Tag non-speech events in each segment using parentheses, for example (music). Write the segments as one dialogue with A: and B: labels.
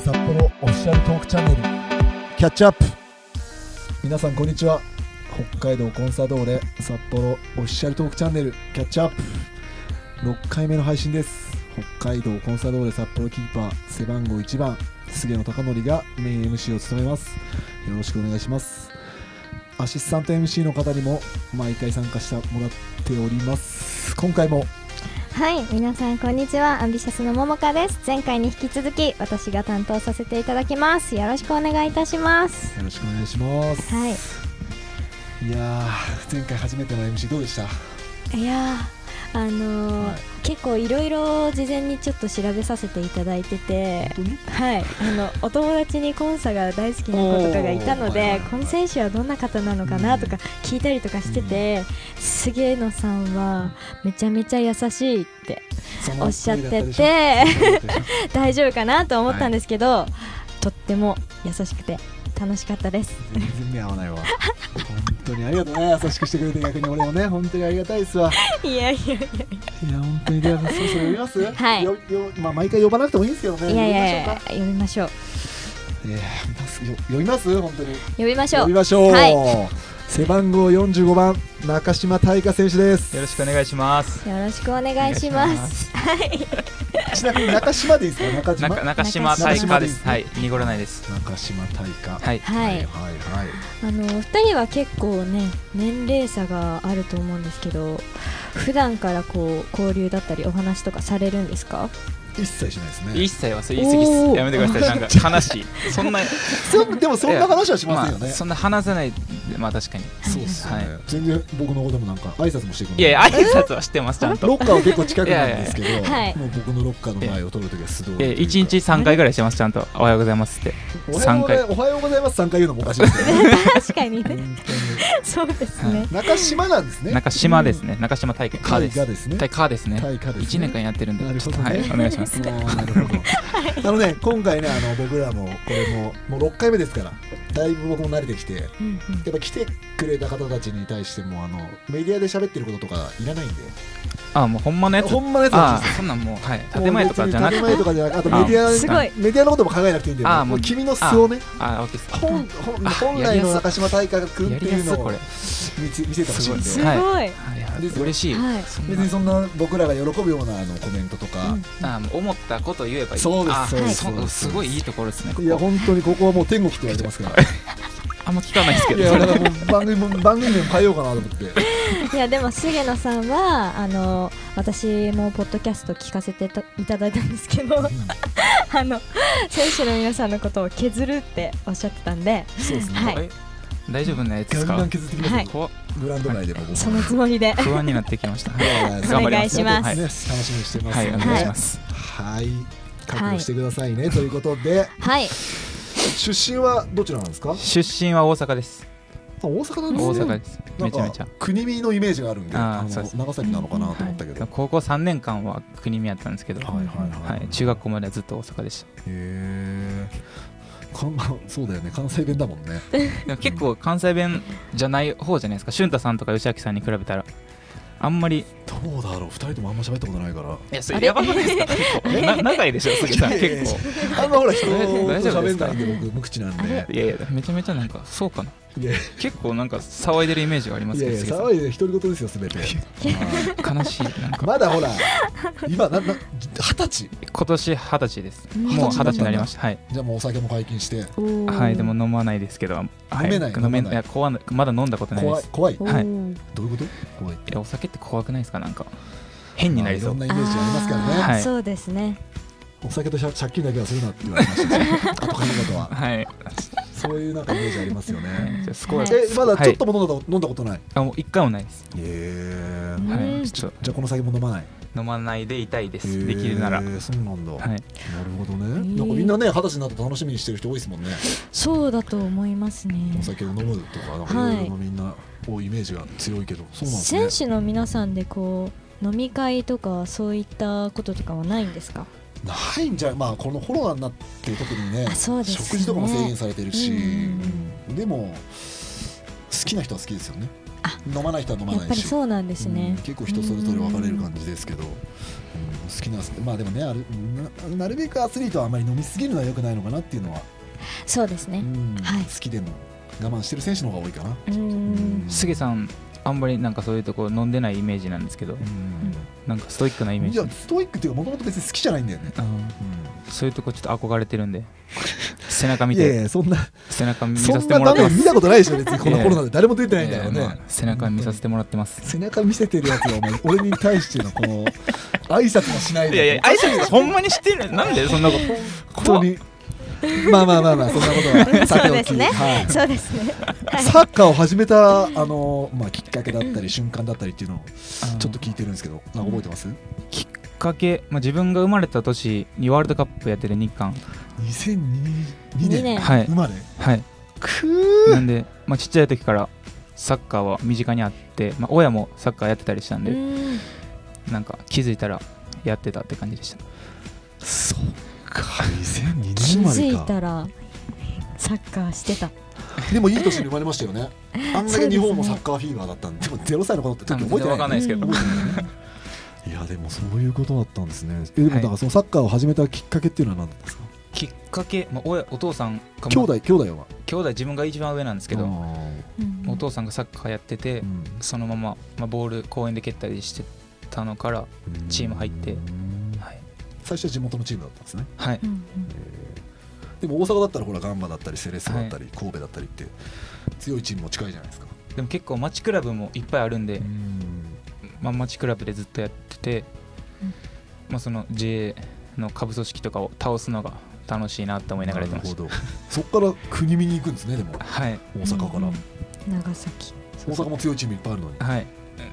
A: シャルトークチャンネル
B: キャッチアップ
A: 皆さんこんにちは北海道コンサドーレ札幌オフィシャルトークチャンネルキャッチアップ6回目の配信です北海道コンサドーレ札幌キーパー背番号1番菅野貴則がメイン MC を務めますよろしくお願いしますアシスタント MC の方にも毎回参加してもらっております今回も
C: はい皆さんこんにちはアンビシャスのももかです前回に引き続き私が担当させていただきますよろしくお願いいたします
A: よろしくお願いします、
C: はい
A: いやー前回初めての MC どうでした
C: いやーあのー
A: はい
C: 結構いろいろ事前にちょっと調べさせていただいてて
A: 本当に
C: はいあのお友達にコンサが大好きな子とかがいたの
A: おーはいはい
C: で
A: はい
C: この選手はどんな方なのかなとか聞いたりとかしてて菅野さんはめちゃめちゃ優しいって
A: その
C: おっしゃって
A: 通りだったでし
C: て
A: ょ
C: 大丈夫かなと思ったんですけど、とっても優しくて楽しかったです
A: 全然目合わないわ本当にありがとうね優しくしてくれて逆に俺もね本当にありがたいですわ
C: いやいやい
A: いや本当にではそろそろ呼びます
C: はい
A: よよまあ毎回呼ばなくてもいいんですけどね
C: やいやいや
A: 呼びましょうか
C: 呼びましょ
A: え
C: う
A: ー呼びますよ呼びます本当に
C: 呼びましょ
A: 呼
C: う
A: びましょう、
C: はい
A: 背番号45番中島大花選手です
D: よろしくお願いします。
C: よろしくお願いします
A: ちなみに中島でいいですか中島
D: 中中島大花で
A: 中
D: す。
A: 島
D: はい、濁らないです。
A: 中島大花
D: はい。
C: は
A: はいは
C: い
A: いはい
C: あのお二人は結構ね年齢差があると思うんですけど普段からこう交流だったりお話とかされるんですか
A: 一切しないですね
D: 一切はそれ言い過ぎで
C: おー
D: す。やめてください。なん (laughs) か悲しい。そんな。
A: そんでもそんな話はしますよ
D: まあ
A: ね、
D: そんな話さない。まあ確かに。
A: そうっすよね、
D: は
A: 全然僕のこともなんか挨拶もしてくれない
D: いやいや挨拶はしてますちゃんと。
A: ロ
D: (laughs)
A: ッカーは結構近くなんですけど、
C: いやはい
A: もう僕のロッカーの前を通るときは素通りという
D: え
A: か。
D: 一日三回ぐらいしてますちゃんと。おはようございますって。
A: おはよう
D: 三
A: ござい
D: 回
A: おはようございます三回言うのもおかしいです
D: (laughs)
A: よね。
C: (laughs) 確かにねそうですね、
D: は
A: 中島なんですね。
D: 中島ですね。中島大花。花
A: 海
D: です
A: が。ですね。
D: 大花ですね。
A: 大化ですね。
D: 一年間やってるん
A: な
D: で。
A: る
D: ち
A: ほ
D: ょっ
A: ど
D: と
A: ね
D: はい。お願いします。
A: あーなるほど。あのね今回ねあの僕らもこれももう六回目ですから、だいぶ僕も慣れてきて、や
C: うんうん
A: っぱ来てくれた方たちに対してもあのメディアで喋ってることとかいらないんで、
D: あ、もうほんまのやつ。
A: ほんまのやつなん
D: あ
A: で、
D: そんなんもうはい。
A: すよ。
D: 建前とかじゃなく
A: 建前と
D: て。
A: かじゃなくて、あとメディ
C: あ
A: ア
C: すごい
A: メディアのことも考えなくていいんだよ、
D: あーもう
A: もう君の素をね、
D: あ、オッケーです。
A: 本本
D: あ
A: 本
D: や
A: 来
D: りやす
A: の
D: い
A: 中島大河君っ
D: や
A: て
D: り
A: い
D: や
A: う
D: すい
A: のを
D: こ
A: 見
D: れ。
A: せ見せてほしいん
C: す
A: で
C: ごい、
D: はいはい
A: ですよ
D: 嬉しい、
C: はい
D: そんな
A: 別にそんな僕らが喜ぶようなあのコメントとか、
C: うん
D: あもう思ったことを言えばいい
A: そうです
D: あ
A: そう
C: です
A: そうです
D: そすごいいいところですねこ
A: いや
D: こ
A: 本当にここはもう天国って言われてますから
D: (laughs) あんま聞かないですけ
A: い
D: ど
A: やだからもう番組も番組名も変えようかなと思って
C: いやでも菅野さんはあの私もポッドキャスト聞かせてたいただいたんですけど (laughs) あの選手の皆さんのことを削るっておっしゃってたんで
A: そうですね、
C: はい
D: え大丈夫なやつで
A: ガ
D: す
A: ンガ
D: か
A: ン削ってきますよ、
C: はい
D: 怖っ
A: グラウンド内でも僕
C: そのつもりで
D: 不安になってきまし
A: (laughs)
D: たはい
C: 頑張りますお願いします
A: ね、楽しみにしてます
D: はいお
A: ので
D: 願いします、
A: はい覚悟してくださいね、ということで
C: はい
A: 出身はどちらなんですかあ
D: 出身は大阪です
A: 大阪なんです
D: 大
A: ね
D: 阪です
A: な
D: め
A: ん
D: ちゃめち
A: か
D: ゃ
A: 国見のイメージがあるんで
D: あー
A: あの
D: そうです
A: 長崎なのかなと思ったけど、
D: 高校3年間は国見やったんですけど、
A: はいはいはい、
D: はい、中学校まではずっと大阪でし
A: へえ (laughs) そうだよね関西弁だもん (laughs) ね
D: たでも結構関西弁じゃない方じゃないですか俊太さんとか吉明さんに比べたらあんまり
A: どうだろう2人ともあんま喋ったことない (laughs) から
D: いやそ
C: あ
D: れ
C: れ
D: やばくないです (laughs) か結構な長いでしょ杉さん
A: いやいやいや
D: 結構
A: あんまほら人と
D: 大丈夫で
A: 喋
D: す
A: ん
D: か
A: ないんで僕無口なんで
D: いやいや、めちゃめちゃなんか、そうかな。
A: いやい
D: 結構なんか騒いでるイメージがあります
A: や
D: け
A: い
D: ど、
A: や
D: 杉さん
A: 騒いで独り言ですよ全てはい
D: 悲しい。なんか、
A: まだほら今なな二十歳
D: 今年二十歳 (laughs) です。
C: うん
D: もう二十
A: 二十歳なんだ
D: 歳になりました。はい。
A: じゃあもうお酒も解禁して
D: はい、でも飲まないですけど、はい、
A: 飲めない
D: 飲め
A: 飲まない
D: いや、怖なまだ飲んだことないで
A: 怖い
D: す。
A: 怖い
C: おー
D: はい
A: どういうこと怖い
D: いや、お酒って怖くないですかなんか、変になりそ
A: まあいろん
D: う。
A: なイメージありますからね
C: あー
D: はい
C: そうですね
A: お酒と借借金だけはするなって言われましたしあと金事は
D: はい。
A: (laughs) そういうなんかイメージありますよね
D: じゃあスコア
C: はい
A: えまだちょっとも飲んだ,、飲んだことないへ
D: あ、もう一回もないです。
A: え
C: うん
D: はい。ちょっ
A: じゃあこの酒も飲まない
D: と、飲まないでいたいで
A: へ
D: す。
A: ー
D: できるなら。は
A: そうなんだ、
D: い。
A: なるほど
C: へ
A: ね
C: ー
A: なんかみんなね二十歳になって楽しみにしてる人多いですもんね
C: そうだと思いますね
A: お酒を飲むとかなんか
C: はい
A: いろいろなみんな多いイメージが強いけどそうなんですね
C: 選手の皆さんでこう飲み会とかそういったこととかはないんですか
A: ないんじゃないまあこのコロナになって特にね
C: あそうですね
A: 食事とかも制限されてるし、
C: うんうん
A: うんでも好きな人は好きですよね
C: あ
A: 飲まない人は飲ま
C: やっ
A: な
C: ぱ
A: い
C: り
A: し
C: そうなんですね
A: うん、結構人それぞれ分かれる感じですけど、うん好きなまあでもねあるななるべくアスリートはあまり飲みすぎるのは良くないのかなっていうのは
C: そうです
A: う
C: ね。
A: ん
C: はい
A: 好きでも我慢してる選手の方が多いかな、(laughs)
C: うーん。
D: すげさんあんまりなんかそういうとこ飲んでないイメージなんですけどなんかストイックなイメー
A: い
D: ジ
A: やストイックっていうかもともと別に好きじゃないんだよね、
D: あーそういうとこちょっと憧れてるんで背中見
A: いやい
D: て
A: やそんな
D: 背中見
A: そ
D: さ
A: ん
D: せて
A: な
D: も
A: 場
D: らってま
A: 面
D: す
A: 見たことないでしょ別にこの
D: いやいや
A: コロナで誰も出てないんだから
D: いやい
A: ね
D: や背中見させてもらってます
A: 背中見せてるやつはお前俺に対してのこの挨拶もしない
D: い
A: で
D: やいや挨拶ほんまにしてるなんでそんなこと
A: 本当にまあまあまあまあそんなことはさて
C: そう
A: お
C: で
A: き、
C: すね
A: はい。
C: そうですね。はい
A: サッカーを始めたあの、まあ、きっかけだったり瞬間だったりっていうのをちょっと
D: き
A: 聞いてるんですけどなんか覚えてます
D: きっかけ、まあ、自分が生まれた年にワールドカップやってる日韓
A: ?2002
C: 二
A: 年
C: 年
D: はい
A: 生まれ
D: はい
A: く
D: なんで、まあ、ちっちゃい時からサッカーは身近にあって、まあ、親もサッカーやってたりしたん
C: う
D: で、
C: ーん。
D: なんか気づいたらやってたって感じでした
A: ーそっか2002年
C: 気
A: 生ま
C: づ
A: れ
C: い
A: か
C: たらサッカーしてた。
A: でもいい年に生まれましたよねあんだ
C: そう
A: け
C: ですね
A: 日本もサッカーフィーバーだったんででも0歳の子だった時覚えて
D: わかん
A: な
D: ないいですけど、
C: うん
A: いやでもそういうことだったんですねえでもだか
D: は
A: らそのサッカーを始めたきっかけっていうのは何だったんですか
D: きっかけ、まあ、親お父さんか
A: 兄弟兄弟は
D: 兄弟自分が一番上なんですけ
A: あ
D: ど
A: ー
C: うん
D: お父さんがサッカーやってて、
A: うん
D: そのまま、まあ、ボール公園で蹴ったりしてたのからチーム入って
A: うん
D: はい、
A: 最初は地元のチームだったんですね
D: はい
C: うん
A: でも大阪だったらほらガンバだったりセレッソだったり神戸だったりって強いチームも近いじゃないですか
D: でも結構街クラブもいっぱいあるんで、まあ、街クラブでずっとやってて、
C: うん
D: まあ、その JA の下部組織とかを倒すのが楽しいなって思いながらやってました
A: なるほどそこから国見に行くんですねでも
D: はい
A: 大
C: うん
A: 阪から
C: うん長崎。
A: 大阪も強いチームいっぱいあるのに
D: はい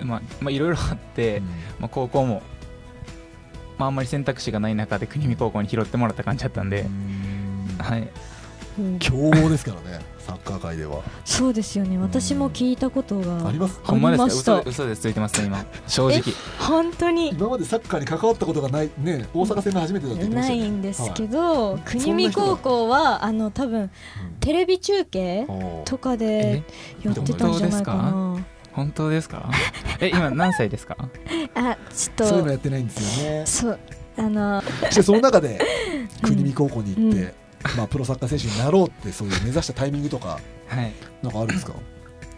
D: まあまあいろいろあって、まあ、高校も、まあ、あんまり選択肢がない中で国見高校に拾ってもらった感じだったんで、
A: うん
D: はい
C: うん
A: 強豪ですからねサッカー界では
C: そうですよね。私も聞いたことが
A: あります
D: ほんまです
C: ありま
D: か
C: した
D: 嘘嘘ですついてますね今正直
C: 本当に
A: 今までサッカーに関わったことがないね大阪戦が初めてだって言ってました
C: な
A: よね
C: いんですけど、
A: はい
C: 国見高校はあの多分テレビ中継
A: うん
C: とかでやってたんじゃないかな。
D: 本当ですかえ今何
C: (laughs)
D: 歳ですか
C: あ、ちょっ
A: そういうの
C: と
A: やってないんですよね
C: そうあの
A: そしてその中で国見高校に行って、
C: うんう
A: まあ、プロサッカー選手になろうってそういう目指したタイミングとか
D: はい
A: なんかあるんですか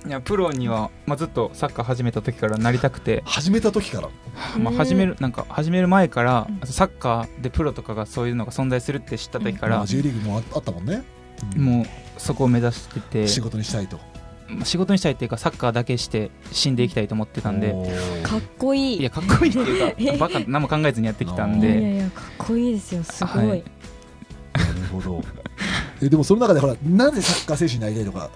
D: いやプロには、まあ、ずっとサッカー始めた時からなりたくて、
A: 始めた時から
D: まあ、
C: うん
D: 始めるなんか始める前から
C: うん
D: サッカーでプロとかがそういうのが存在するって知った時か
A: ま
D: ら
A: あ、、J リーグもああったもんね、
D: もうそこを目指してて
A: 仕事にしたいと
D: まあ仕事にしたいっていうかサッカーだけして死んでいきたいと思ってたんで
A: おー
C: かっこいい。
D: いやかっこいいって
C: (laughs)
D: いうかバカ何も考えずにやってきたん
C: いやいや
D: で
C: いやかっこいいですよ。すごい。
D: はい
A: なるほどえでもその中でほらなぜサッカー選手になりたいとか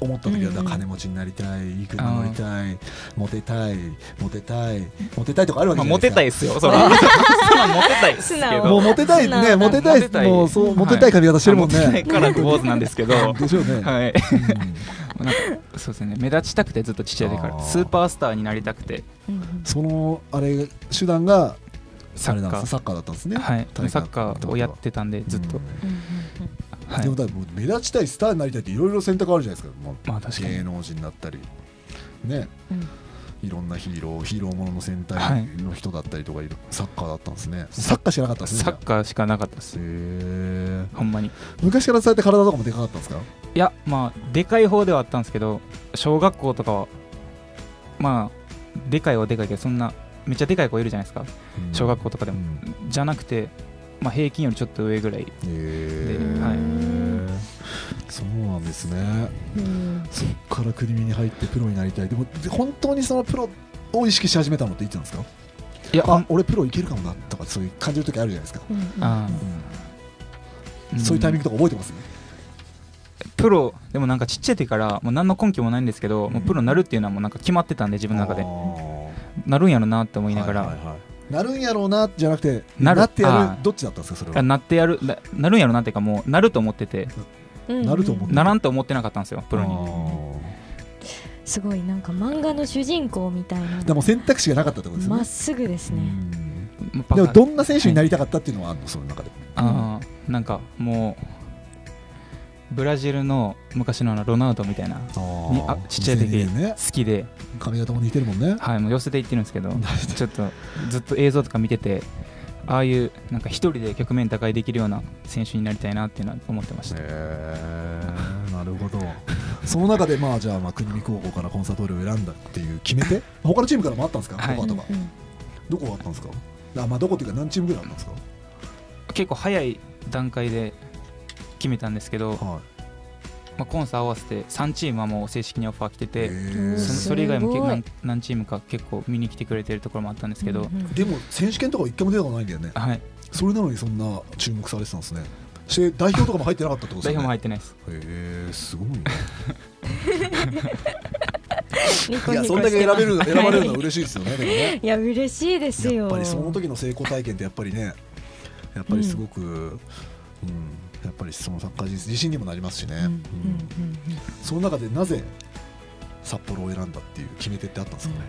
A: 思った時は、
C: うん
A: だから金持ちになりたいいくら乗りたいモテたいモテたいモテたいとかあるわけ
D: まあ、
A: じゃな
D: モ
A: いですか、
D: テたいです
A: (laughs)
D: よそらそらモテたいです
C: 素
D: け
C: 直
A: も
D: ど
A: うモテたい
C: 素直
A: ね
C: な
A: モテたい
D: モテたい
A: もうそうモテたい髪型してるもんね、
D: モテたいから坊主なんですけどは
A: (laughs) でしょうね、
D: い
A: うん
D: なんかそうですね目立ちたくてずっとちっちゃい時か
A: あ
D: ら
A: ー
D: スーパースターになりたくて
C: うん
A: そのあれ手段が
D: サ
A: あれなん
D: ッカ
A: ですね
D: ー
A: サッカーだったんですね。
D: はい
A: 体、育
D: サッカーをやってたんでずっと、
A: うん
C: うんうん
D: はい
A: でもだからもう目立ちたいスターになりたいっていろいろ選択あるじゃないですか。もう
D: まあ確かに
A: 芸能人になったりね
C: うんうん
A: いろんなヒーローヒーローものの戦
D: はい
A: 隊の人だったりとかいるサッカーだったんですね。サッカーしなかったんですね。
D: サッカーしかなかったです
A: じゃあへ
D: ほんまに
A: ー昔からそうやって体とかもでかかったんですか。
D: いやまあでかい方ではあったんですけど小学校とかはまあでかいはでかいけどそんなめっちゃでかい子いるじゃないですか小学校とかでも
A: も。
D: じゃなくて、まあ、平均よりちょっと上ぐらい
A: へえ。
D: ではい
A: そうなんですね。
C: うん
A: そっから国見に入ってプロになりたい。でもで本当にそのプロを意識し始めたのっていつなんですか。
D: いや
A: あ俺プロいけるかもなとかそういう感じる時あるじゃないですか、
C: うんうん
D: あー
A: そういうタイミン
D: ん
A: グとか覚えてます、
D: プロでもなんかちっちゃい時からもう何の根拠もないんですけど、もうプロになるっていうのはもうなんか決まってたんで自分の中でなるんやろなって思いながら、
A: なるんやろうなじゃなくてな
D: な
A: っ
D: る
A: てや
D: あ
A: る
D: ー
A: どっちだったんですかそれ
D: あ
A: は
D: なってやるななるんやろなっていうかもうなると思ってて
C: うん
A: なると思う
D: ならんと思ってなかったんですよプロに
C: すごいなんか漫画の主人公みたいな
A: あーでも選択肢がなかったってことですよ
C: まっ
A: ね
C: すぐですね、
A: う
D: もうバ
A: ん
D: カ
A: でもどんな選手になりたかったっていうのはあるのその中で
D: あーなんかもうブラジルの昔のあのロナウドみたいなにあちっちゃい時
A: 2002年ね
D: 好きで、
A: 髪型も似てるもんね (laughs)
D: はい、もう寄せていってるんですけどちょっとずっと映像とか見ててああいうなんか一人で局面打開できるような選手になりたいなっていうのは思ってました、
A: えー、なるほどその中でまあじゃあまあ国見高校からコンサートールを選んだっていう決め
D: (laughs)
A: 手他のチームからもあったんですか、
D: はい
A: 他とか、
C: うんうん
A: どこがあったんですかあまあどこっていうか何チームぐらいあったんですか、
D: 結構早い段階で決めたんですけど、
A: はい
D: まあ、コンサ合わせて3チームはもう正式にオファー来て
A: え
D: て、
A: ー
D: その
C: す
D: それ以外も結
C: ご
D: 構
C: い
D: 何何チームか結構見に来てくれてるところもあったんですけど、
C: うんうん
A: でも選手権とか一回も出たことないんだよね
D: はい、
A: それなのにそんな注目されてたんですねして代表とかも入ってなかったってことです
D: 代
A: よ
D: 表も
A: ね
D: 入ってないです
A: へえすごいね
C: ニコ
A: いや
C: ニコ
A: そんだけ選べる選ばれるのは
C: は
A: 嬉しいですよねでもね
C: いや嬉しいですよ
A: やっぱりその時の成功体験ってやっぱりねやっぱりすごく、うんやっぱりそのサッカー自信にもなりますしね、
C: うんうん
A: うん
C: うんうん
A: その中でなぜ札幌を選んだっていう決め手ってあったんですかね、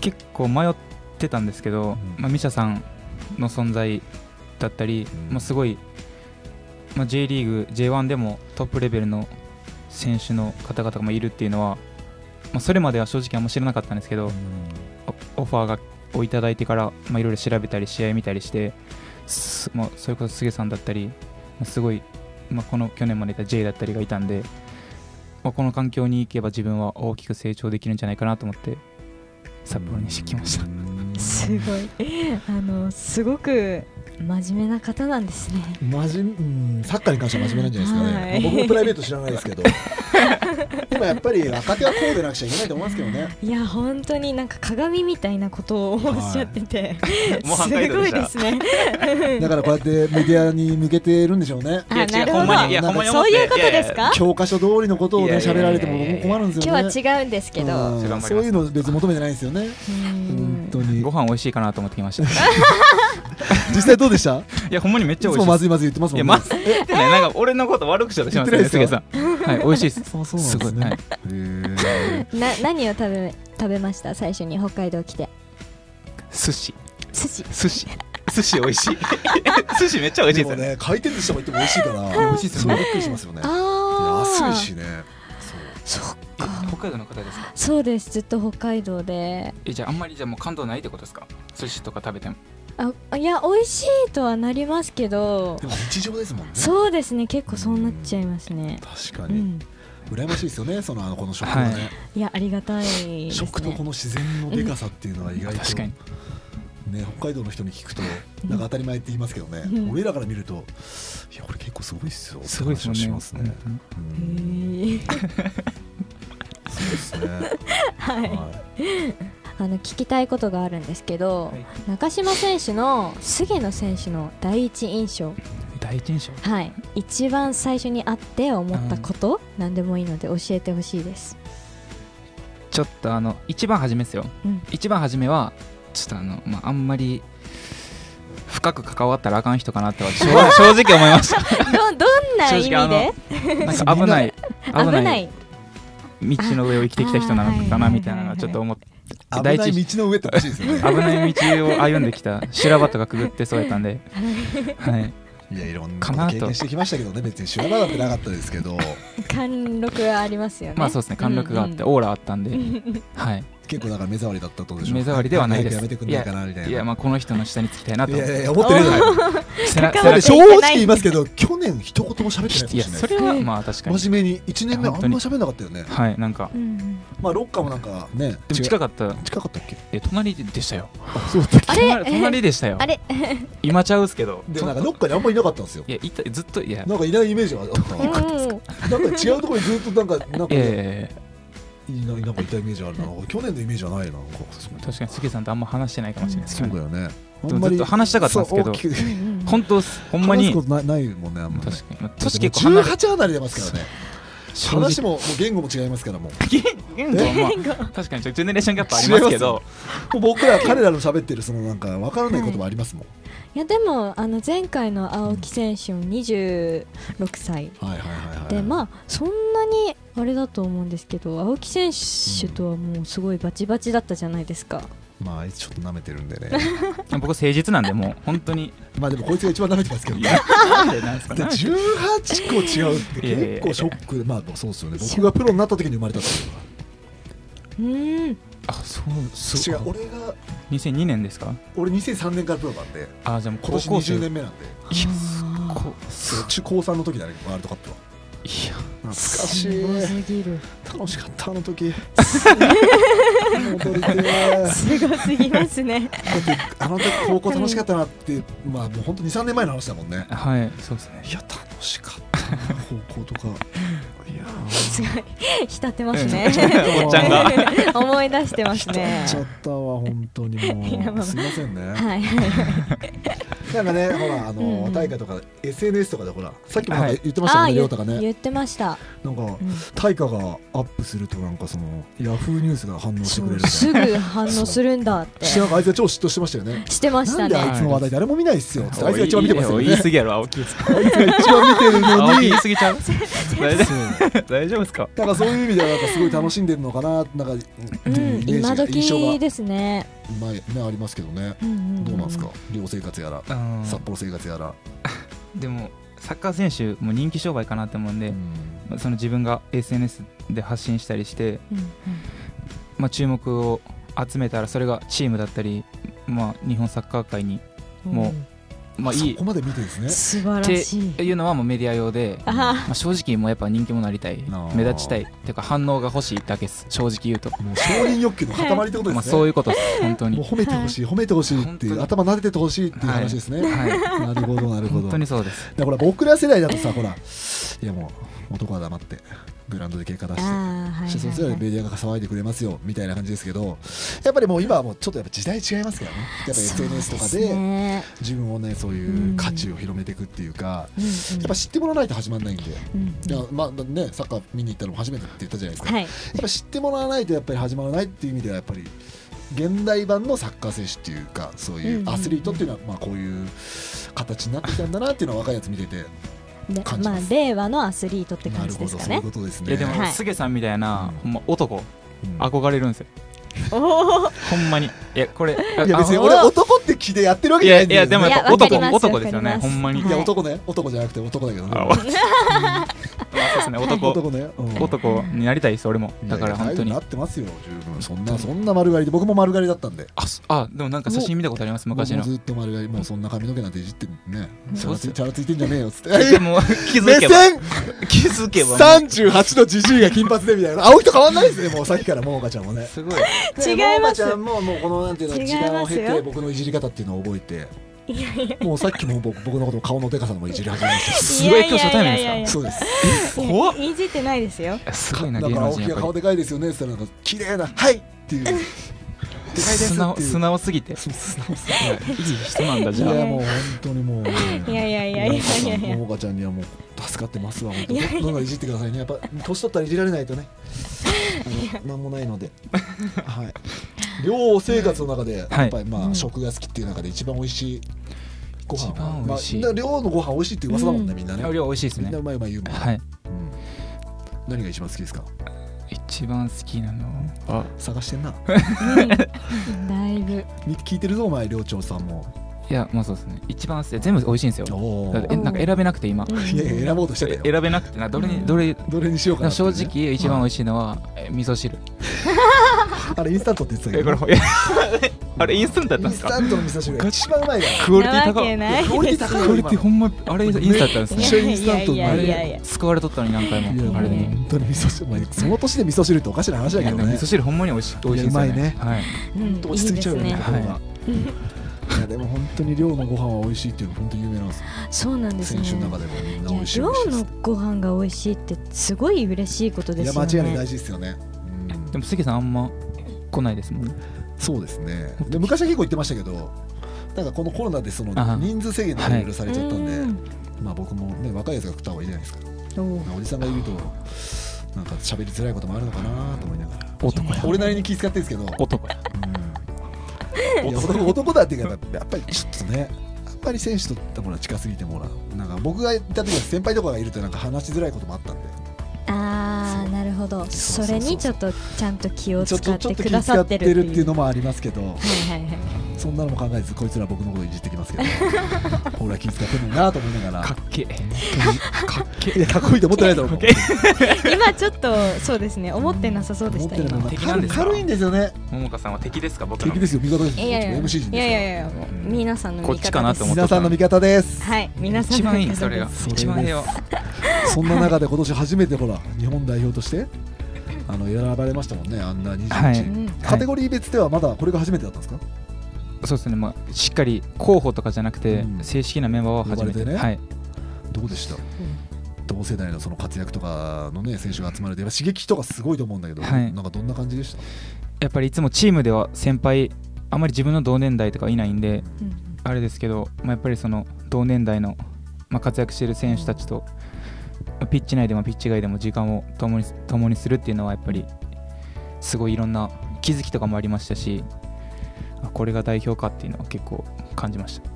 D: 結構迷ってたんですけど、
A: うん
D: まあ、ミシャさんの存在だったり、
A: うん
D: まあ、すごい、まあ、J リーグ J1 でもトップレベルの選手の方々もいるっていうのは、まあ、それまでは正直あんま知らなかったんですけどオオファーがをいただいてからまあいろいろ調べたり試合見たりして、すまあ、それこそ菅さんだったり、まあ、すごい、まあ、この去年までいた J だったりがいたんで、まあ、この環境に行けば自分は大きく成長できるんじゃないかなと思って札幌に来ました。
A: うん
C: すごいあのすごく真面目な方なんですね
A: 真面うんサッカーに関しては真面目なんじゃないですかね、
C: はい
A: まあ僕もプライベート知らないです
C: (laughs)
A: けど今やっぱり若手はこうでなくちゃいけないと思いますけどね
C: いや本当になんか鏡みたいなことをおっしゃってて、
B: (laughs) もう
C: す
B: 半回
C: ご
B: で
C: い
B: し
C: で
B: た (laughs)
C: すね
A: だからこうやってメディアに向けてるんでしょうね
C: あな
A: ほど
C: る
B: ほんまに
C: そういうことです
B: いやいや
C: か
A: 教科書通りのことを
B: い
A: ね
B: やいやい
A: 喋
B: や
A: られても僕も困るんですよね
C: 今日は違うんですけど
A: うん
B: ちょっと頑張ります
A: そういうの別に求めてないんですよね
C: うん
A: 本当に
D: ご飯美味しいかなと思ってきました。
A: 実際どうでした
D: いや、ほんまにめっち
A: い
D: ゃ
A: つ
D: 美味
A: も
D: しい
A: ま
D: で
A: ずいまずい言
D: す。
A: ってます
D: い
A: も
D: や、
A: ん
D: ま
A: ね
D: ずいってね、なんか俺のこと悪くしようとしてますよね、
A: 言
D: 菅
A: って
D: さん。はい、美味しいです。
A: (laughs) あそうなんですねへ
C: な何を食べ食べました最初に北海道来て
D: 寿司、
C: 寿司
D: 寿司、寿司美味しい。寿司めっちゃ美
A: え
D: 味
A: で
D: し
A: も
D: いですよね。
A: ね回転寿司とか行っても美味しいから美味しいですよねびっくりしますよね
C: ああ
A: 安いしねそう
C: そっ
D: え
C: か
D: 北海道の方ですか。
C: そうですずっと北海道で
D: え、じゃあ、あんまりじゃ、もう感動ないってことですか。寿司とか食べても。
C: あいや美味しいとはなりますけど
A: でも日常ですもんね
C: そうですね結構そうなっちゃいますね
A: 確か
C: う
A: に
C: ん
A: 羨ましいですよねそのあのこの食が
D: は
A: ね
C: いやありがたいです
A: 食と
C: ね
A: この自然のでかさっていうのは意外
D: 確
A: と
D: かに。
A: ね北海道の人に聞くとなんか当たり前って言いますけどね
C: うん
A: 俺らから見るといやこれ結構すごいっすよ
D: すごいですすもんね。
A: しますね
D: うん
A: う
C: へ
A: ん
C: ー
A: そうですね
C: はい
A: はい
C: (laughs) あの聞きたいことがあるんですけど、
D: はい
C: 中島選手の菅野選手の第一印象、
D: 第一印象。
C: はい、一番最初に会って思ったこと、何でもいいので教えてほしいです。 (laughs)
D: ちょっと、あの、一番初めですよ
C: うん。
D: 一番初めは、ちょっと、あの、まあ、あんまり。深く関わったらあかん人かなって、 (laughs) 正直正直思い (laughs) ました。
C: どどんな意味
D: 正直あ
C: で
D: のなんか危ない危
C: 危
D: な
C: ないい
D: 道の上を生きてきた人なのかなみたいなのはちょっと思って
A: 危
D: 第一
A: ない道の上ってほしいですよね
D: 危ない道を歩んできた修羅場とかくぐってそうやったんで、 (laughs) はい、
A: いやいろんな
D: か
A: こ
D: な
A: と
D: と
A: 経験してきましたけどね別に修羅場なんてなかったですけど
C: 貫禄はありますよね。
D: まあそうですね貫禄があって、
C: うんうん
D: オーラあったん (laughs) で、はい、
A: 結構だから目障りだったってことでしょ
D: 目障りではないです
A: やめてくんないかなみたいない
D: やまあこの人の下につきたいなと
A: い
D: 思っ
A: やい
D: て
A: や思ってるじゃない
D: 背中
C: 関
D: 背
C: わ
A: だ
D: 中
A: っ正直
C: ってて
A: 言いますけど去年一言も喋ってないかもし
D: い
A: れ
D: や
A: ない
D: それはまあ確かに
A: 真面目に1年目あんま喋んなかったよね
D: はいなんか
C: うんうん
A: まあロッカーもなんかね
D: でも
A: 違う
D: 近かった
A: 近かったっけ
D: え隣でしたよ
A: あそうだったっけ
C: あれ
D: 隣隣でしたよ
C: あ (laughs) れ
D: 今ちゃうっすけど
A: でもなんかロッカーにあんまりいなかったんですよ
D: いやいたずっといや
A: なんかいないイメージがあっ
C: うん
A: たなんか違うところにずっとなんかなんか
D: (laughs) いや
A: い
D: いやいや
A: ないなんかいたイメージあるななんか去年のイメージはないななんか
D: 確かに杉さんとあんま話してないかもしれないです
A: そ
D: け
A: うだ
D: ど、
A: よね
D: でもずっと話したかったんですけど
A: そう大きく
C: うん
D: 本当っすほんま
A: 話す
D: に
A: ことないないもんねあんまね
D: 確かにまあ年
A: でも
D: 結構離れ
A: 18離れてますからね
D: 正直
A: 話ももう言語も違いますからもう
D: 言語はまあ
C: (laughs)
D: 確かにちょっとジェネレーションギャップありますけど
A: もう僕ら彼らの喋ってるそのなんか分からない言葉ありますもん、
C: いやでもあの前回の青木選手も26歳
A: はい、はいはいはい
C: でまあそんなにあれだと思うんですけど青木選手とはもうすごいバチバチだったじゃないですか、
A: まああいつちょっと舐めてるんでね
D: 僕誠実なんでもう本
A: (laughs)
D: 当に
A: まあでもこいつが一番舐めてますけど
D: い
A: ね
D: やなんでなんですか
A: で
D: なんで
A: 18個違うって
D: いやいやいや
A: 結構ショックでまあそうですよね僕がプロになった時に生まれたっていう
C: うーん
D: あそう
A: 違
D: す
A: う
D: ごい
A: 俺が
D: 2002年ですか
A: 俺2003年からプロなんで
D: あじゃあも
A: 今
D: う高
A: 年
D: 校生
A: 20年目なんで
D: いや
C: あー
D: こすごい
A: 中高3の時だねワールドカップは懐かし
C: すご
A: い
C: すぎる
A: 楽しかったあの (laughs) 時戻りてえ
C: すごすぎますね
A: あの時高校楽しかったなってまあもう本当23年前の話だもんね
D: はいそうですね
A: いや楽しかったな高校と
D: (laughs)
A: かいや
C: すごい (laughs) 浸ってます
D: う
C: ね
D: んちょっとおっちゃんが
C: (laughs) 思い出してます
A: 浸
C: ね
A: っちゃったわ本当に
C: いや
A: もう
C: まあ
A: すいませんね
C: はいはい
A: なんかねほらあ
C: うんう
A: の
C: ん
A: 大会とか SNS とかでほらさっきもなん
D: は
A: か
D: い
A: 言ってましたもんね
C: ー
A: 亮太が
C: 言
A: ね
C: 言ってました、
A: なんか
C: うん
A: 大会がアップするとなんかそのヤフーニュースが反応してくれるみたい
C: すぐ反応するんだって
A: なしてなんかあいつは超嫉妬してましたよね
C: してまし
A: な
C: た
A: んで
C: ね
A: あいつの話題誰も見ないっすよつってあいつが一番見てますよ
D: い
A: ね
D: や言い過ぎやろ青木
A: あいつが一番見てるの
D: 青木
A: に
D: 言い過ぎちゃう大丈
A: そう
D: 夫大丈夫ですか
A: なんかそういう意味ではなんかすごい楽しんでるのかななんか
C: う
A: ってい
C: ん
A: うイメージ
C: 今
A: が印象
C: 時
A: が
C: ですね、
A: 前ねありますけどね
C: うんうん
A: どうなんですか寮生活やら
D: うん
A: 札幌生活やら
D: でもサッカー選手も人気商売かなと思うんで、
A: うん
D: まあその自分が SNS で発信したりして、
C: うんうん
D: まあ、注目を集めたらそれがチームだったり、まあ、日本サッカー界に、
C: うん
D: もまあ、いい
A: そこまで見てですね
C: 素晴らしい
D: っていうのはもうメディア用で、
C: あは
D: まあ、正直もうやっぱ人気者になりたい
A: あー
D: 目立ちたいっていうか反応が欲しいだけです正直言うと、
A: もう承認欲求の塊ってこと
D: まあ、
A: です
D: そう
A: ね
D: いうことです本当
A: もう
D: に、
A: 褒めてほしい褒めてほしいっていう
D: はい
A: 頭撫でててほしいっていう話ですね
D: は
A: なるほどなる
D: い、
A: ほど
D: 本当に
A: だ
D: そうです
A: から僕ら世代だとさほらいやもう男は黙ってグラウンドで結果出して
C: あーはい
A: そした
C: は
A: ら
C: いはい
A: メディアが騒いでくれますよみたいな感じですけどやっぱりもう今はもうちょっとやっぱ時代違いますからねやっぱ SNS とか
C: そう
A: です
C: ね
A: 自分をねそういう価値を広めていくっていうか、
C: うんうん
A: やっぱ知ってもらわないと始まらないんで、
C: うん
A: いやまあね、サッカー見に行ったのも初めてって言ったじゃないですか、
C: はい
A: やっぱ知ってもらわないとやっぱり始まらないっていう意味ではやっぱり現代版のサッカー選手っていうかそうい
C: んうん
A: う
C: うん
A: アスリートっていうのは、まあ、こういう形になってきたんだなっていうのは若いやつ見てて、
C: で
A: 感じ
C: ま
A: ま
C: あ
A: す
C: 令和のアスリートって
A: な
C: 感
A: る
C: じ
A: ほ
C: で
A: ど
C: す
A: そ
C: か
A: ういう
C: ね
A: ことです
D: い
A: ね。
D: やでも、
C: はい
D: スゲさんみたいな、
A: うん
D: ほんま男
A: うん
D: 憧れるんですよ
C: おお
D: ほんまにいやこれ
A: いや別に俺男って気でやってるわ
D: い
A: けじゃ
D: や
A: ないんだ
D: い
A: よ、
D: や
A: ね、
D: でも
A: い
D: やっぱ
C: いやわかり
D: 男
C: ます
D: 男ですよ
C: わ
D: ね
C: かり
D: ほ
C: ます
D: んまに、
C: はい
A: や男ね男じゃなくて男だけどね
D: あ
A: 俺
D: わそうですね男
A: 男ね、うん
D: 男になりたいです俺もだから本当
A: いや大丈夫
D: に
A: なってますよ十分そんなそんな丸刈りで僕も丸刈りだったんで
D: あそあでもなんか写真見たことあります昔
A: も
D: の
A: うずっと丸刈りもうそんな髪の毛なんていじってねチャ
D: そう
A: ラ
D: っ
A: つ
D: す
A: い
D: よ
A: チャラついてんじゃねえよっつって
D: でも気づ
A: 目
D: けば
A: 線
D: 気づけばもう
A: 38度じじいが金髪でみたいな青い人変わんないですねもうさっきから桃花ちゃんもね
D: すごい
C: 違います
A: ね桃花ちゃんももうこのなんていうの
C: 違い
A: 時
C: ますよ
A: 間を経て僕のいじり方っていうのを覚えて
C: いやいや
A: もうさっきも僕僕のことを顔のでかさのもいじり始めまし
D: すごい今日初対面ですか
C: いやいやいやいや
A: た (laughs) そうです
D: 怖っ
C: いじってないですよ
D: すごいな
A: だか
D: 芸
A: ら
D: 能
A: 青
D: 人
A: 木
D: や
A: が
D: っぱ
A: 顔
D: り
A: でかいですよねって言ったらなんか綺麗な「はい!」っていう「でかいです」
D: 素
A: っ
D: 直
A: ていう
D: 素直すぎてい
A: そう素直さ
D: やいい人なんだ
A: い
D: じゃあ
A: やもう本当にもう
C: いやいやいやいやいやいや
A: ももかちゃんにはもう助かってますわ本当にどんどんいじってくださいねやっぱ年取ったらいじられないとねあのなんもないのではい寮生活の中でやっ
D: はい
A: ぱりまあ食が好きっていう中で一番美味しいご飯
D: 一番美味しい
A: まあみんな寮のご飯美味しいって噂だもんね
C: うん
A: みんなね
D: 料理美味しいです
A: みん
D: ね
A: なうまいうまい言うもん
D: はい
A: うん何が一番好きですか
D: 一番好きなのあ
A: 探してんな
C: うんだいぶ
A: み聞いてるぞお前寮長さんも
D: いやまあそうですね一番好き全部美味しいんですよ
A: お
D: だってえ
A: ー
D: なんか選べなくて今
C: うん
A: いやいや選ぼうとしてたよ
D: 選べなくてなどれにどれ
A: どれにしようかなってい
D: 正
A: うね
D: 直一番美味しいのはえ味噌汁
A: あれインスタントって言ってたけ
D: えこ (laughs)
A: ど
D: れいやあれインスタントだったんです
A: インス
D: か
A: タントの味噌汁が一番うまいから
D: クオリティ
C: な
D: 高
C: わ
D: っ
C: け
D: ク
C: ない
A: クオリティ高い
D: オリティほんまあれインスタントだったん
A: め
D: で
A: っ
D: す
A: ち
D: ね
A: ゃインスタント
C: い
A: に
C: や
A: なる
C: いやいや
D: 救われとったのに何回
A: いや
D: もあ
A: もう
D: れに
A: 本当に味噌汁まあその年で味噌汁っておかしな話だけ
D: いや
A: ど
D: でも
A: ね
D: 味噌汁ほんまに美味しい美味しいですよ
A: いやうまいね
D: はい
C: うん
A: 落ち着いちゃうよね
C: いいで
A: ところが
C: す
D: はい
A: いやでも本当に寮のご飯は美味しいっていうのは本当に有名なんです
C: そうなんですね
A: 選手の中でもみんない美
C: や
A: 味しい美
C: 寮
A: 味しいです
C: のご飯が美味しいってすごい嬉しいことで
A: いや
C: す
A: 間
C: よ
A: 違
C: ね
A: いない大事ですよねうん
D: でも杉さんあんま来ないですもんね
A: そうですねで昔は結構言ってましたけどなんかこのコロナでその
D: あ
A: 人数制限とかいろいろされちゃったんで、
C: うん
A: まあ僕もね若いやつが食った方がいいじゃないですか
C: おう
A: おじさんがいるとなんか喋りづらいこともあるのかなと思いながら
D: 男や
A: 俺なりに気遣ってるんですけど
D: 男や
A: いや男男だっていうかやっぱやっぱりちょっとねやっぱり選手とほら近すぎてもほらなんか僕が行った時は先輩とかがいるとなんか話しづらいこともあったんで
C: あーなるほど
A: そ
C: そう
A: そうそう
C: れにちょっとちゃんと気を
A: ち
C: 使
A: ょっとちょ
C: っ
A: ってと
C: く
A: 気
C: だ
A: 遣
C: さ
A: っ
C: ってて
A: る
C: る
A: っていう
C: は
A: のもありますけど
C: (laughs) いはいはい
A: そんなのも考えずこいつら僕のこといじってきます
D: (laughs)
A: けど俺は気遣ってんのになと思いながら
D: かっけえかっけ
A: いやかっこいいと思ってないだろう
D: かっけ
C: 今ちょっとそうですね思ってなさそうで
A: 思
C: し
A: ったてるの
C: 今
A: が
D: 敵なんですか
A: 軽いんですよね
D: えももかさんは敵ですか僕の
A: 敵ですよ味方ですよ
C: いやいやいや
A: MC 陣です
C: い
A: よ
C: やいやいやもう皆さんの味方です
D: こっちかなと思って
A: 皆さんの味方です、
D: (laughs)
C: はい皆さん
D: 一
C: の
D: 番い
C: 味
D: い
C: 方
D: それが
C: です
A: それです
D: 一番ええよ
A: そんな中で今年初めてほら日本代表としてあの選ばれましたもんねあんな21、
D: はい
C: うん
A: カテゴリー別ではまだこれが初めてだったんですか、
D: そうですねまあしっかり候補とかじゃなくて
A: うん
D: 正式なメンバーは初め
A: 呼ばれ
D: て
A: てね
D: はい
A: どうでした同世代のその活躍とかのね選手が集まるとやっぱ刺激とかすごいと思うんだけど、
D: はい
A: なんかどんな感じでした
D: やっぱりいつもチームでは先輩あまり自分の同年代とかいないんで
C: うん
D: あれですけど、まあ、やっぱりその同年代の、まあ、活躍している選手たちと、まあピッチ内でもピッチ外でも時間を共に共にするっていうのはやっぱりすごいいろんな気づきとかもありましたしあこれが代表かっていうのは結構感じました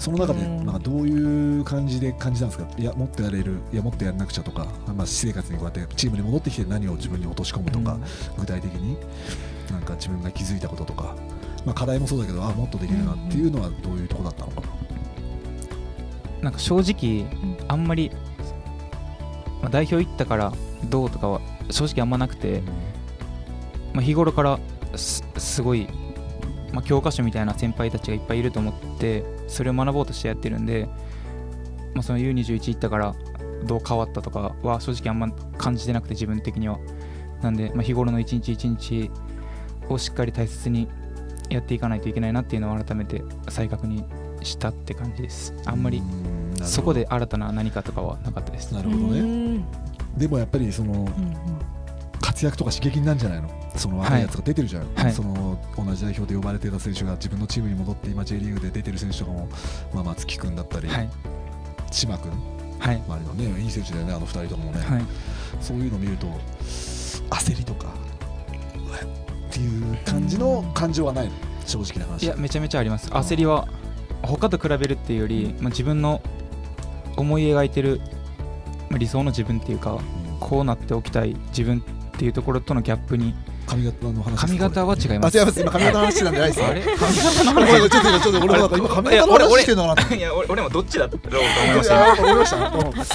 A: その中で
C: うん
A: なんかどういう感じで感じたんですかいやもっとやれるいやもっとやらなくちゃとか、まあ、私生活にこうやってチームに戻ってきて何を自分に落とし込むとか、具体的になんか自分が気づいたこととか、まあ、課題もそうだけどあもっとできるなっていうのはどういうとこだったのかな、
D: なんか正直
C: う
D: あんまり、まあ代表行ったからどうとかは正直あんまなくて、まあ、日頃からすすごい、まあ、教科書みたいな先輩たちがいっぱいいると思ってそれを学ぼうとしてやってるんで、まあ、その U21 行ったからどう変わったとかは正直あんま感じてなくて自分的にはなんで、まあ、日頃の一日一日をしっかり大切にやっていかないといけないなっていうのを改めて再確認したって感じですあんまり
A: うん
D: そこで新たな何かとかはなかったです
A: なる
C: う
A: ほど
C: んう
A: ね
C: ん
A: でもやっぱりその活躍とか刺激になるんじゃないのその若いやつが出てるじゃん、
D: はい
A: その同じ代表で呼ばれてた選手が自分のチームに戻って今 J リーグで出てる選手とかも、まあ、松木君だったり、
D: はい
A: 千葉君
D: はい
A: 周りのねいい選手だよねあの2人ともね、
D: はい
A: そういうの見ると焦りとかうわっていう感じの感情はないの正直な話
D: いやめちゃめちゃあります焦りは他と比べるっていうより、まあ、自分の思い描いてるまあ理想の自分っていうか
A: うん
D: こうなっておきたい自分っていうところとのギャップに
A: 髪型の話です
D: 髪型は違い
A: あ
D: ます
A: 違います今髪型の話してたんじゃないですよ
D: (laughs) あれ髪
A: ごめんごめんちょっと今ちょっと俺もなんか今髪型の話してんのかなと思って
D: いや俺俺もどっちだろうと思
A: いやなんか思いましたうん
D: サ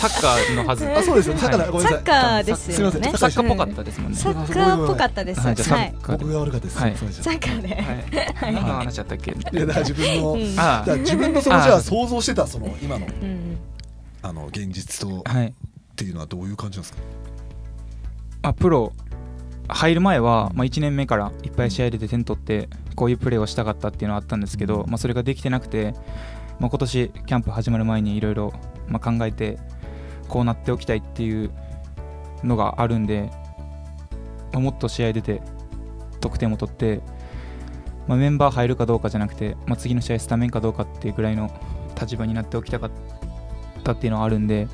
D: ッカーのはず
A: あそうですよねだから
D: はい
A: ごめんな
C: サ
A: さい
C: ッカーですよ
A: すい
C: ね
A: ま
D: サ
A: せん
D: ッカーっぽかったですもんね
C: サッカーっぽかったです
D: は
C: はいい
D: じゃあサッカーで
A: 僕が悪かったです、
D: はい
A: それじゃ
C: サッカーで
D: はい何の話だったっけ
A: いやだから自分の、
C: うん
A: だ
D: あ
A: から
D: あ
A: 自分のそのじゃあ想像してたその今の
C: うん
A: あの現実とっ
D: はい
A: ていうのはどういう感じなんですか、
D: まあ、プロ入る前は、まあ、1年目からいっぱい試合で点取ってこういうプレーをしたかったっていうのはあったんですけど、まあ、それができてなくて、まあ、今年キャンプ始まる前にいろいろまあ考えてこうなっておきたいっていうのがあるんで、まあ、もっと試合出て得点も取って、まあ、メンバー入るかどうかじゃなくて、まあ、次の試合スタメンかどうかっていうぐらいの立場になっておきたかったっていうのはあるんで、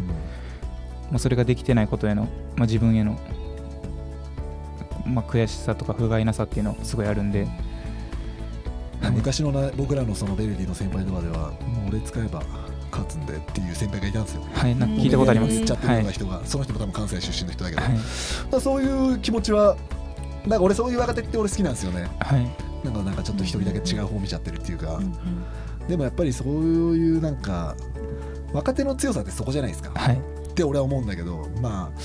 D: まあ、それができてないことへの、まあ、自分への、まあ、悔しさとか不甲斐なさっていうのすごいあるんで、はい
A: 昔のな僕らのそのベルディの先輩とかではもう俺使えば勝つんでっていう先輩がいたんですよ
D: はい、なんか聞いたことあります。
A: 言っちゃってる
D: は
A: よ
D: いう
A: な人が、その人も多分関西出身の人だけど、
D: はい
A: だからそういう気持ちはなんか俺そういう若手って俺好きなんですよね
D: はい
A: なんかなんかちょっと一人だけ違う方見ちゃってるっていうか、
C: うん
A: でもやっぱりそういうなんか若手の強さってそこじゃないですか
D: はい
A: って俺は思うんだけどまあ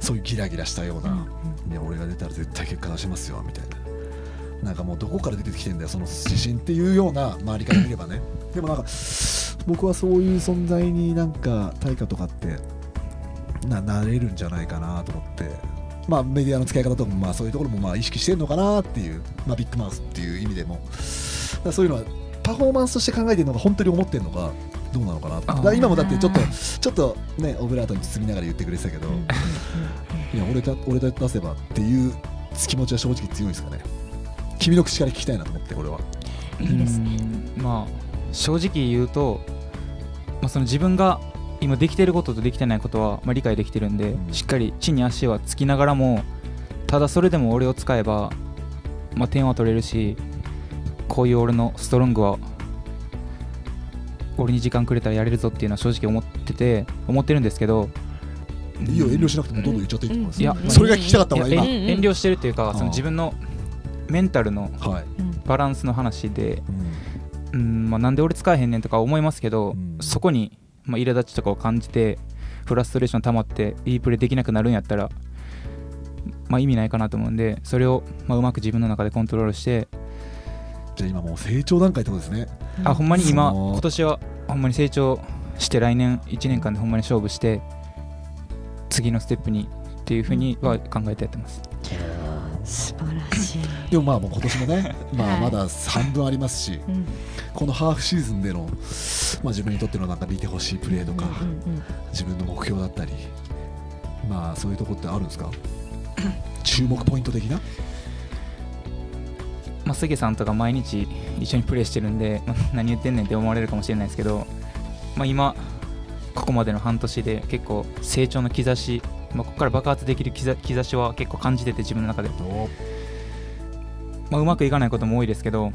A: そういうギラギラしたような、ね、俺が出たら絶対結果出しますよみたいななんかもうどこから出てきてんだよその自信っていうような周りから見れ (coughs) ばねでもなんか僕はそういう存在になんか対価とかってななれるんじゃないかなと思ってまあメディアの使い方とかもまあそういうところもまあ意識してるのかなっていう、まあ、ビッグマウスっていう意味でもだからそういうのはパフォーマンスとして考えてるのが本当に思ってるのかどうなのかなってだから今もだってちょっとちょっとねオブラートに包みながら言ってくれてたけどいや俺だ俺だ出せばっていう気持ちは正直強いですかね君の口から聞きたいなと思って俺は、
C: いいですね
D: うんまあ正直言うと、まあ、その自分が今できてることとできてないことはまあ理解できてるんで、
A: うん
D: しっかり地に足はつきながらもただそれでも俺を使えば、まあ、点は取れるしこういう俺のストロングは俺に時間くれたらやれるぞっていうのは正直思ってて思ってるんですけど
A: いいよ
D: うん
A: 遠慮しなくてもどんどん言っちゃっていいと思います、
D: いや
A: それが聞きたかった
D: い
A: 俺
D: や
A: は
D: 遠
A: 今、
C: うんうん
D: 遠慮してるというか
A: あー
D: その自分のメンタルの
A: はい、
C: うん
D: バランスの話で、
A: うん
D: うんまあ、なんで俺使えへんねんとか思いますけど、
A: うん
D: そこに、まあ、苛立ちとかを感じてフラストレーション溜まっていいプレーできなくなるんやったら、まあ、意味ないかなと思うんでそれを、まあ、うまく自分の中でコントロールして、
A: じゃあ今もう成長段階ってことですね
C: うん
D: あほんまに今
A: そう
D: 今年はほんまに成長して来年1年間でほんまに勝負して次のステップにっていうふうには考えてやってます。
C: 素晴らしい、
A: でもまあもう今年もねまあ
C: はい
A: まだ半分ありますし
C: うん
A: このハーフシーズンでの、まあ、自分にとってのなんか見てほしいプレーとか、
C: うんうんうん
A: 自分の目標だったりまあそういうとこってあるんですか注目ポイント的な
D: まあ、杉さんとか毎日一緒にプレーしてるんで、まあ何 (laughs) 言ってんねんって思われるかもしれないですけど、まあ、今ここまでの半年で結構成長の兆し、まあ、ここから爆発できる兆兆しは結構感じてて自分の中で、
A: お
D: まあ、うまくいかないことも多いですけど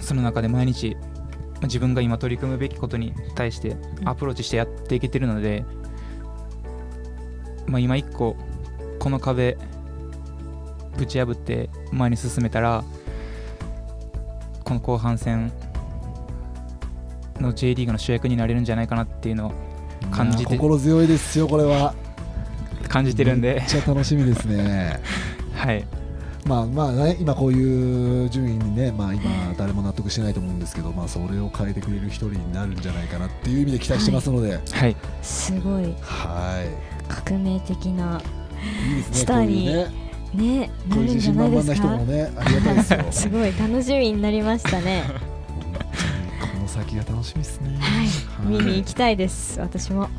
D: その中で毎日まあ自分が今取り組むべきことに対してアプローチしてやっていけてるので、まあ、今一個この壁ぶち破って前に進めたらこの後半戦の J リーグの主役になれるんじゃないかなっていうのを感じて
A: いや心強いですよこれは
D: 感じてるん
A: め
D: で
A: っ、ちゃ楽しみです
D: (laughs)
A: ね
D: はい、
A: まあまあね今こういう順位にねまあ今誰も納得してないと思うんですけどまあそれを変えてくれる一人になるんじゃないかなっていう意味で期待してますので、はい、
D: はい、
C: すごい革命的ない
A: いですね
C: スターに
A: こういうね
C: ねな
A: こういう
C: るん
A: 自
C: じゃ
A: 信
C: な
A: 満々
C: いです
A: な人
C: か
A: もねありがたいです
C: (laughs)
A: よ
C: すごい楽しみになりましたね
A: 本当にこの先が楽しみですね
C: はい見に行きたいです私も
A: はい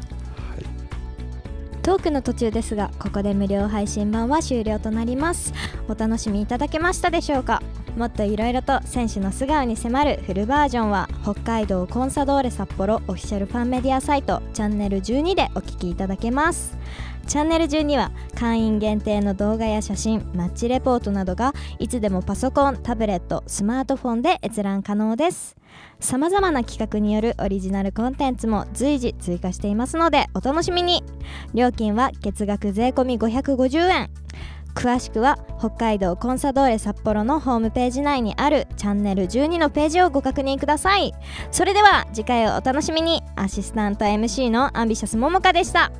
C: トークの途中ですがここで無料配信版は終了となりますお楽しみいただけましたでしょうかもっといろいろと選手の素顔に迫るフルバージョンは北海道コンサドーレ札幌オフィシャルファンメディアサイトチャンネル12でお聞きいただけますチャンネル12は会員限定の動画や写真マッチレポートなどがいつでもパソコンタブレットスマートフォンで閲覧可能ですさまざまな企画によるオリジナルコンテンツも随時追加していますのでお楽しみに料金は月額税込み550円詳しくは北海道コンサドーレ札幌のホームページ内にあるチャンネル12のページをご確認くださいそれでは次回をお楽しみにアシスタント MC のアンビシャスももかでした